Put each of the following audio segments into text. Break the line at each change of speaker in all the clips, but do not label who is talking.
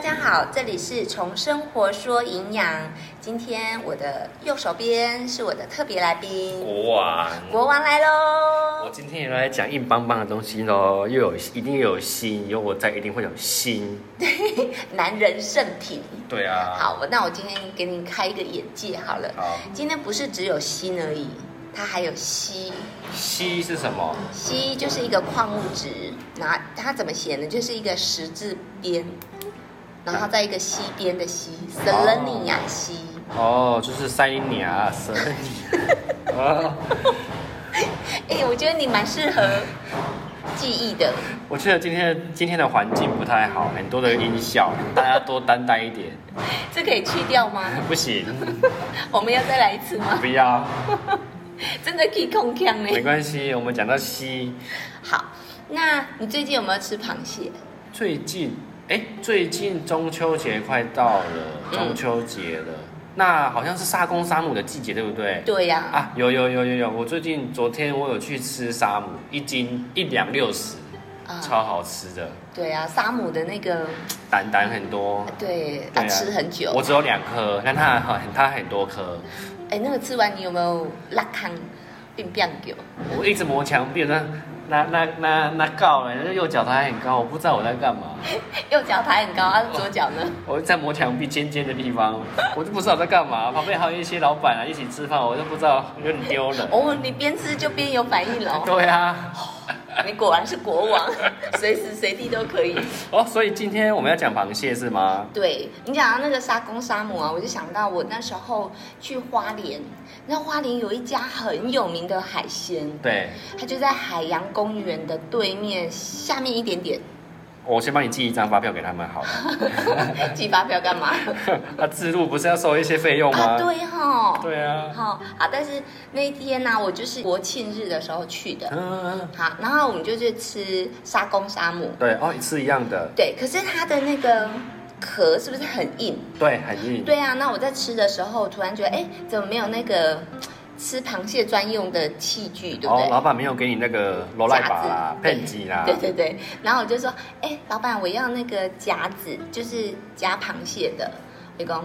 家好，这里是从生活说营养。今天我的右手边是我的特别来宾，
国王，
国王来
我
喽。
今天也来讲硬邦邦的东西喽，又有一定又有心，有我在一定会有心。
男人圣品。
对啊，，
好，我那我今天给你开一个眼界好了。
好，
今天不是只有锌而已，它还有硒。
西是什么？
硒就是一个矿物质，那它怎么写呢？就是一个十字边，然后再一个西边的西 s e l e n i a 硒。
哦，就是塞尼 亚，塞尼亚。啊，
哎、我觉得你蛮适合记忆的。
我觉得今天今天的环境不太好，很多的音效，大家多担待一点。
这可以去掉吗？
不行，
我们要再来一次吗？
不 要，
真的可以空腔
没
呢。
关系。我们讲到西，
好，那你最近有没有吃螃蟹？
啊最近，哎、最近中秋节快到了，
嗯
中秋节了，那好像是杀公杀母的季节，对不对？
对呀、
啊，有有有有有，我最近昨天我有去吃沙姆，一斤一两六十，
啊
超好吃的，
对呀、沙姆的那个，
胆胆很多。
对，
对啊
要嗯啊吃很久。
我只有两颗，但它很它很多颗，
哎、那个吃完你有没有辣康变变久？
我一直磨墙壁，那那那那那高了，那右脚它很高，我不知道我在干嘛，
右脚抬很高，啊，
哦
左脚呢？
我在磨墙壁尖尖的地方，我就不知道我在干嘛，旁边还有一些老板啊一起吃饭，我就不知道有点丢人。
哦，你边吃就边有反应了哦，
对啊，
你果然是国王， 随时随地都可以。
哦，所以今天我们要讲螃蟹是吗？
对你讲到那个沙公沙母啊，我就想到我那时候去花莲，那花莲有一家很有名的海鲜，
对，
它就在海洋公园的对面下面一点 点。
我先帮你寄一张发票给他们好了。
寄发票干嘛？
那啊自录不是要收一些费用吗？
啊，对哈、
对啊，
好好，但是那一天呢、我就是国庆日的时候去的，
嗯，
好，然后我们就去吃沙公沙母，
对哦，是一样的，
对，可是它的那个壳是不是很硬？
对，很硬，
对啊，那我在吃的时候突然觉得，哎，怎么没有那个嗯吃螃蟹专用的器具，对不
哦
对，？
老板没有给你那个罗赖把
夹
啦、
子
片机啦，
对对对，然后我就说，哎，老板，我要那个夹子，就是夹螃蟹的。你讲，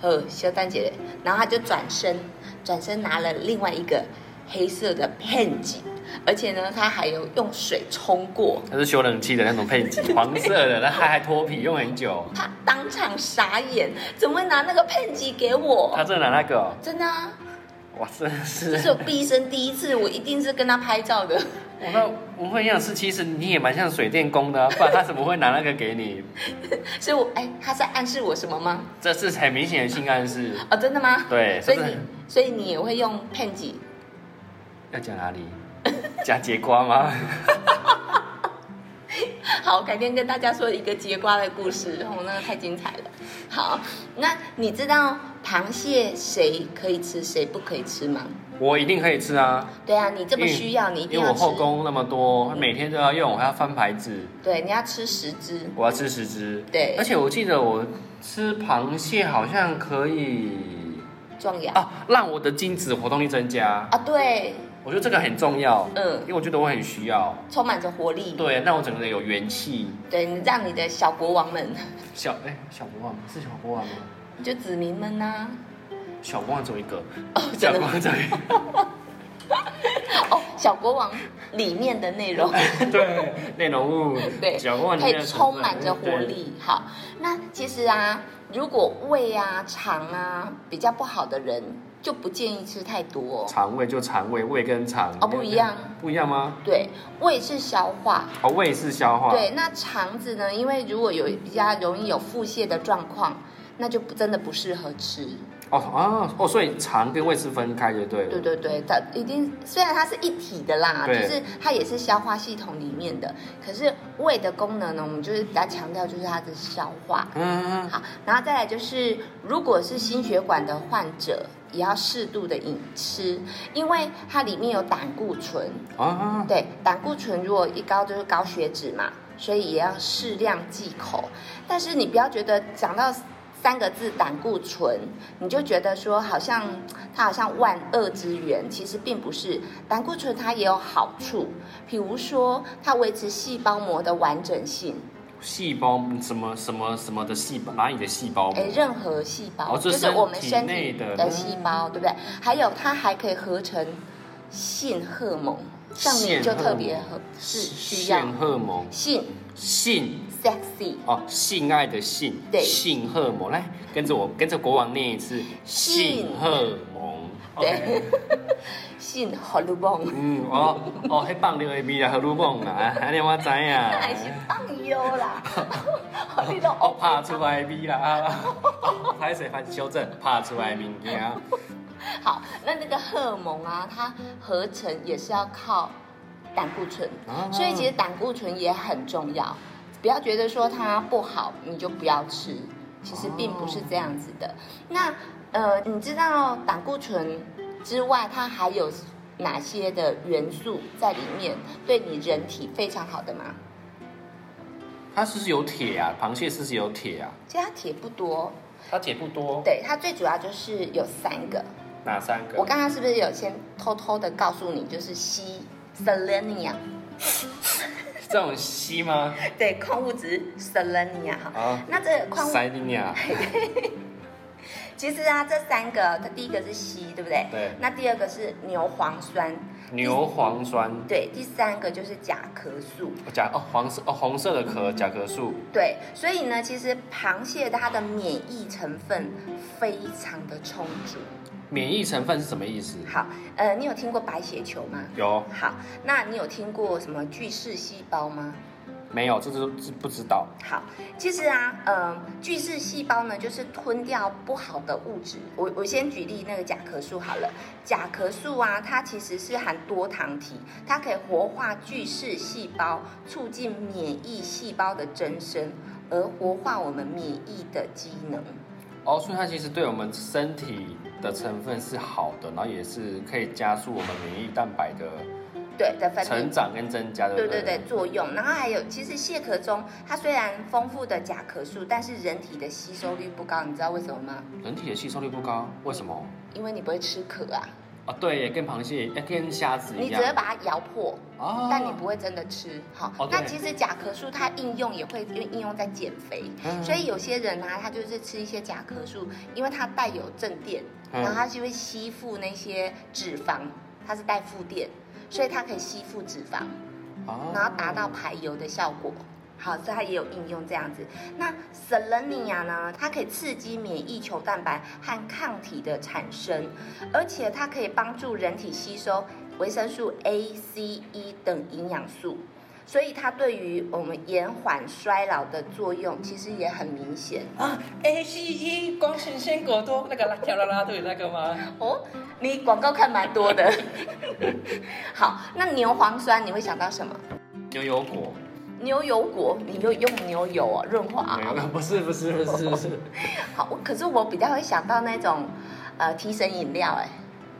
呵，小蛋姐，然后他就转身，转身拿了另外一个黑色的片剂，而且呢，他还有用水冲过，
它是修冷气的那种片机，黄色的，那还还脱皮，用很久。
他当场傻眼，怎么会拿那个片剂给我
他？真的拿那个哦，
真的、啊，
哇，真的
这
是
是，我毕生第一次，我一定是跟他拍照的。
我那我会营养师，其实你也蛮像水电工的啊、 不然他怎么会拿那个给你？
所以我，哎，他在暗示我什么吗？
这是很明显的性暗示。
哦，真的吗？
对，
所以
这是
你，所以你也会用 pen 机？
要讲哪里？讲节瓜吗？
好，改天跟大家说一个节瓜的故事，哦，那个太精彩了。好，那你知道螃蟹谁可以吃，谁不可以吃吗？
我一定可以吃啊。
对啊，你这么需要，你一定
因为
要
我
吃
后。宫那么多，每天都要用，我还要翻牌子，
对，你要吃十只。
我要吃十只。
对
而且我记得我吃螃蟹好像可以
壮阳啊啊
啊，让我的精子活动力增加。
对，
我觉得这个很重要，
嗯
因，为我觉得我很需要。
充满着活力。
对，让我整个人有元气。
对你让你的小国王们，
小哎、小国王是小国王吗？
就子民们呐、
小国王只有一个，
哦，真
小
的
国
吗
王只有一个。
哦，小国王里面的内容。
对，内容物。
对，
小国王里
可
面的
以充满着活
对。
力。好，那其实啊，如果胃啊、肠啊比较不好的人，就不建议吃太多、
肠胃就肠胃，胃跟肠
哦不一样，
不一样吗？
对，胃是消化，
哦，胃是消化，
对，那肠子呢？因为如果有比较容易有腹泻的状况，那就不真的不适合吃。
哦啊哦，所以肠跟胃是分开的，对了
对对对，它一定虽然它是一体的啦，就
对
是它也是消化系统里面的，可是胃的功能呢，我们就是比较强调就是它的消化。
嗯，
好，然后再来就是，如果是心血管的患者，也要适度的饮吃，因为它里面有胆固醇。
啊，
对，胆固醇如果一高就是高血脂嘛，所以也要适量忌口。但是你不要觉得讲到三个字胆固醇，你就觉得说好像它好像万恶之源，其实并不是。胆固醇它也有好处，比如说它维持细胞膜的完整性。
细胞什么什么什么的细胞，蚂蚁的细胞
哎
膜，，
任何细胞，
哦哦
就
这
是
身
我们
体
身
内
体
的
的细胞，对不对？还有它还可以合成性荷尔蒙，像你
腺
就
荷
特
尔
别
蒙
合是需要
腺荷尔蒙，
性
性
sexy
哦，性爱的性，
对
性荷尔蒙，来跟着我，跟着国王念一次，性荷尔蒙。
对
OK
性荷尔蒙，
嗯，哦哦，迄放尿的味啊，荷鲁蒙啦，啊安尼我知影。
还是放油 啦， 你都
哦，拍出来的味啦， 啊，哦歹势，反修正，拍出来的物件。
好，那那个荷尔蒙啊，它合成也是要靠胆固醇，
啊
所以其实胆固醇也很重要。不要觉得说它不好你就不要吃，其实并不是这样子的。那呃，你知道胆固醇之外，它还有哪些的元素在里面，对你人体非常好的吗？
它是不是有铁啊？螃蟹是不是有铁啊？
其实它铁不多，
它铁不多，
对它最主要就是有三个。
哪三个？
我刚刚是不是有先偷偷的告诉你，就是硒 （selenium）。
这种吸吗？
对，矿物质 selenium 哈。
啊，
那这个矿物
塞进啊 呀，
其实啊，这三个，它第一个是硒，对不对？
对
那第二个是牛磺酸，
牛磺酸，
对，第三个就是甲壳素。
甲哦黄色哦红色的壳甲壳素，
对，所以呢，其实螃蟹它的免疫成分非常的充足。
免疫成分是什么意思？
好，呃，你有听过白血球吗？
有
好，那你有听过什么巨噬细胞吗？
没有？这都是不知道。
好，其实啊，呃，巨噬细胞呢，就是吞掉不好的物质。我我先举例那个甲壳素好了，甲壳素啊，它其实是含多糖体，它可以活化巨噬细胞，促进免疫细胞的增生，而活化我们免疫的机能。
哦，所以它其实对我们身体的成分是好的，然后也是可以加速我们免疫蛋白的
对的分泌
成长跟增加的。
对
不
对对，作用。然后还有，其实蟹壳中它虽然丰富的甲壳素，但是人体的吸收率不高，你知道为什么吗？
人体的吸收率不高，为什么？
因为你不会吃壳啊，
啊，对耶，跟螃蟹、哎跟虾子
你
一
只
样
会把它咬破。
啊
但你不会真的吃。好，
哦对
那其实甲壳素它应用也会应用在减肥，
嗯
所以有些人啊，他就是吃一些甲壳素，因为它带有正电，
嗯
然后它就会吸附那些脂肪，它是带负电，所以它可以吸附脂肪，
啊
然后达到排油的效果。好，所以它也有应用这样子。那 selenia 呢？它可以刺激免疫球蛋白和抗体的产生，而且它可以帮助人体吸收维生素 A、C、E 等营养素，所以它对于我们延缓衰老的作用其实也很明显
啊，A C E 光纤鲜果多那个拉跳啦啦队那个吗？
哦。你广告看蛮多的。好，那牛磺酸你会想到什么？
牛油果
牛油果，你又用牛油哦，润滑哦、
没有，不是不是不是 不是，
好，我可是我比较会想到那种，呃，提神饮料，哎，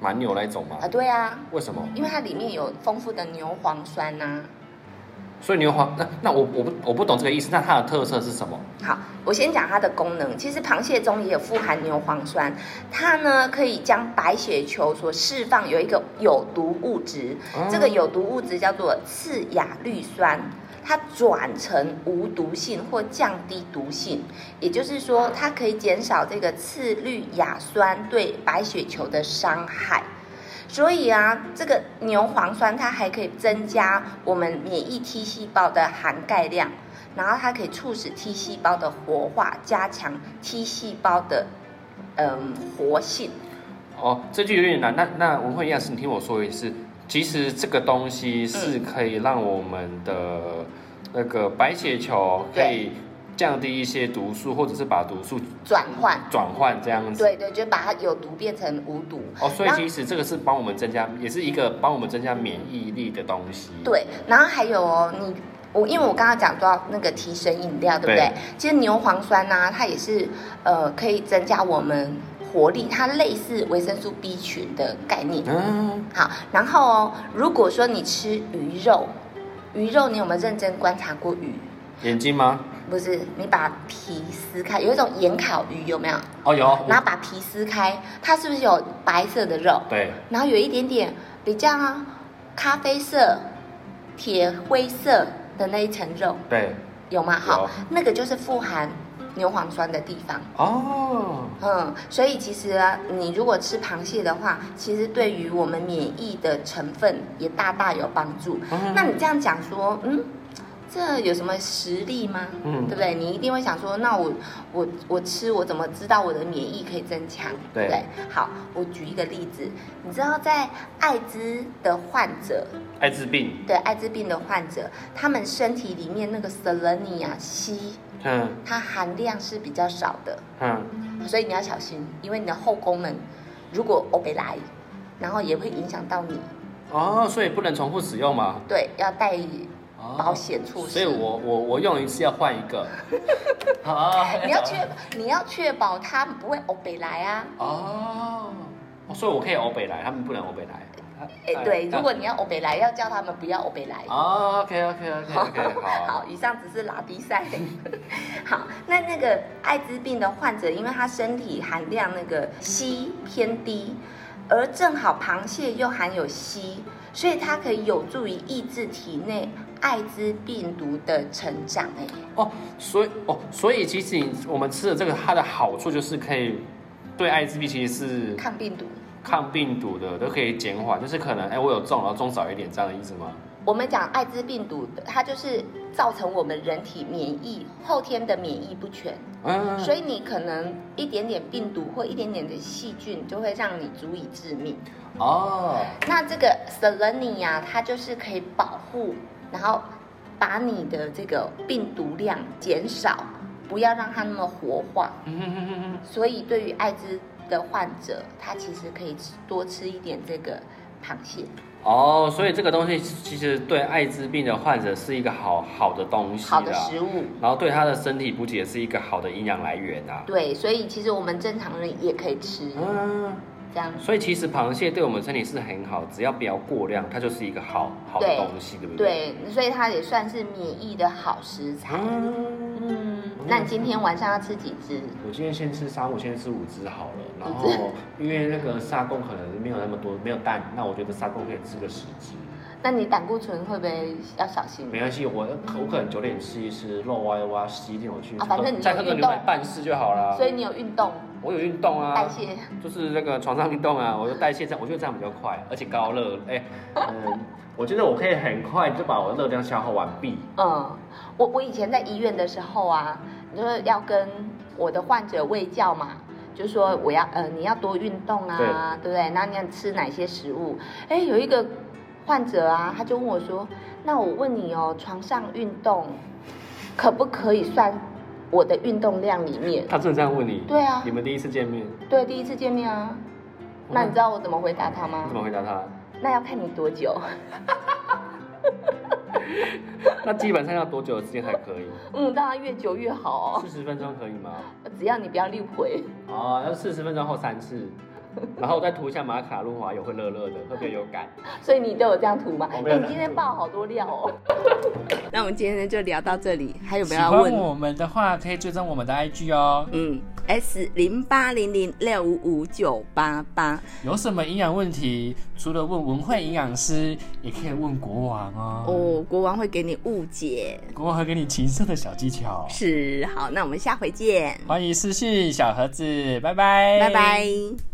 蛮牛那一种吗
啊，？对啊，
为什么？
因为它里面有丰富的牛磺酸啊呐、
所以牛黄那那我我不我不懂这个意思，那它的特色是什么？
好，我先讲它的功能。其实螃蟹中也有富含牛磺酸，它呢可以将白血球所释放有一个有毒物质，
哦
这个有毒物质叫做次亚氯酸。它转成无毒性或降低毒性，也就是说，它可以减少这个次氯亚酸对白血球的伤害。所以啊，这个牛磺酸它还可以增加我们免疫 T 细胞的涵盖量，然后它可以促使 T 细胞的活化，加强 T 细胞的嗯活性。
哦，这句有点难。那那文慧营养师，你听我说一次，其实这个东西是可以让我们的那个白血球可
对
以降低一些毒素，或者是把毒素
转换，
转换这样子。
对对，就把它有毒变成无毒。
哦，所以
然后
其实这个是帮我们增加，也是一个帮我们增加免疫力的东西。
对，然后还有哦，你我因为我刚刚讲到那个提神饮料，对不对？
对
其实牛磺酸呢、它也是呃可以增加我们活力，它类似维生素 B 群的概念。
嗯，
好，然后哦，如果说你吃鱼肉，鱼肉你有没有认真观察过鱼？
眼睛吗？
不是，你把皮撕开，有一种盐烤鱼有没有？
哦，有。
然后把皮撕开，它是不是有白色的肉？
对，
然后有一点点比较咖啡色、铁灰色的那一层肉，
对，
有吗？好
有，
那个就是富含牛磺酸的地方。
哦，
嗯，所以其实啊你如果吃螃蟹的话，其实对于我们免疫的成分也大大有帮助。
嗯
那你这样讲说，嗯，这有什么实力吗？
嗯
对不对？你一定会想说，那我我我吃，我怎么知道我的免疫可以增强？
对
不对？好，我举一个例子，你知道在艾滋的患者，
艾滋病，
对艾滋病的患者，他们身体里面那个 selenia 硒，
嗯
它含量是比较少的，
嗯，
所以你要小心，因为你的后宫们如果欧北来，然后也会影响到你。
哦，所以不能重复使用嘛，
对，要带
哦
保险措施。
所以我我我用一次要换一 个，啊，
哎你要确你要确保他不会欧北来啊。
哦，哦所以我可以欧北来，他们不能欧北来，
哎，对，如果你要欧北来，要叫他们不要欧北来。
哦，OK OK OK OK，好，
好，以上只是拉比赛。 好，那那个艾滋病的患者，因为他身体含量那个硒偏低，而正好螃蟹又含有硒，所以它可以有助于抑制体内艾滋病毒的成长、哎，
哦，所以哦，所以其实你我们吃的这个，它的好处就是可以对艾滋病其实是
抗病毒。
抗病毒的都可以减缓，就是可能哎、我有中，然后中少一点这样的意思吗？
我们讲艾滋病毒，它就是造成我们人体免疫后天的免疫不全。
嗯，
所以你可能一点点病毒或一点点的细菌，就会让你足以致命。
哦，
那这个 Selenia 它就是可以保护，然后把你的这个病毒量减少，不要让它那么活化。
嗯哼哼哼哼
所以对于艾滋的患者，他其实可以吃多吃一点这个螃蟹。
哦，所以这个东西其实对艾滋病的患者是一个好好的东西啦，啊
好的食物。
然后对他的身体补给也是一个好的营养来源啊。
对，所以其实我们正常人也可以吃，
嗯，
这样
所以其实螃蟹对我们身体是很好，只要不要过量，它就是一个好好的
对
东西，对不对？
对，所以它也算是免疫的好食材。
嗯，
嗯，那你今天晚上要吃几只？
我今天先吃沙姆，先吃五只好了。
嗯
然后因为那个沙贡可能没有那么多，没有蛋，那我觉得沙贡可以吃个十只。
那你胆固醇会不会要小心？
没关系，我我可能九点吃一吃，肉挖一挖，十一点我去
啊反正你有
再喝个
运
牛奶
动
半试就好啦。
所以你有运动
我有运动啊，
代谢，
就是那个床上运动啊，我 就代谢这样，我觉得这样比较快，而且高热。哎、 嗯，我觉得我可以很快就把我的热量消耗完毕。
嗯，我我以前在医院的时候啊，就是要跟我的患者喂教嘛，就说我要呃你要多运动啊，对不对？那你要吃哪些食物？哎，有一个患者啊，他就问我说，那我问你哦，床上运动可不可以算我的运动量里面？
他真的这样问你？
对啊
你们第一次见面，
对，第一次见面啊，那你知道我怎么回答他
你
吗
怎？么回答他？
那要看你多久。
那基本上要多久的时间才可以？
嗯，当然越久越好哦，
四十分钟可以吗？
只要你不要六回。
哦，要四十分钟后三次，然后再涂一下马卡龙滑油，会热热的，会比较有感。
所以你都有这样涂吗？
我
哎、
没有
你今天爆好多料哦。 那我们今天就聊到这里，还 有没
喜
有要
欢
问？
我们的话，可以追踪我们的 IG 哦。
嗯，S 零八零零六五五九八八，
有什么营养问题，除了问文慧营养师，也可以问国王哦。
哦，国王会给你误解。
国王会给你情色的小技巧。
是，好，那我们下回见，
欢迎私讯小盒子，拜拜，
拜拜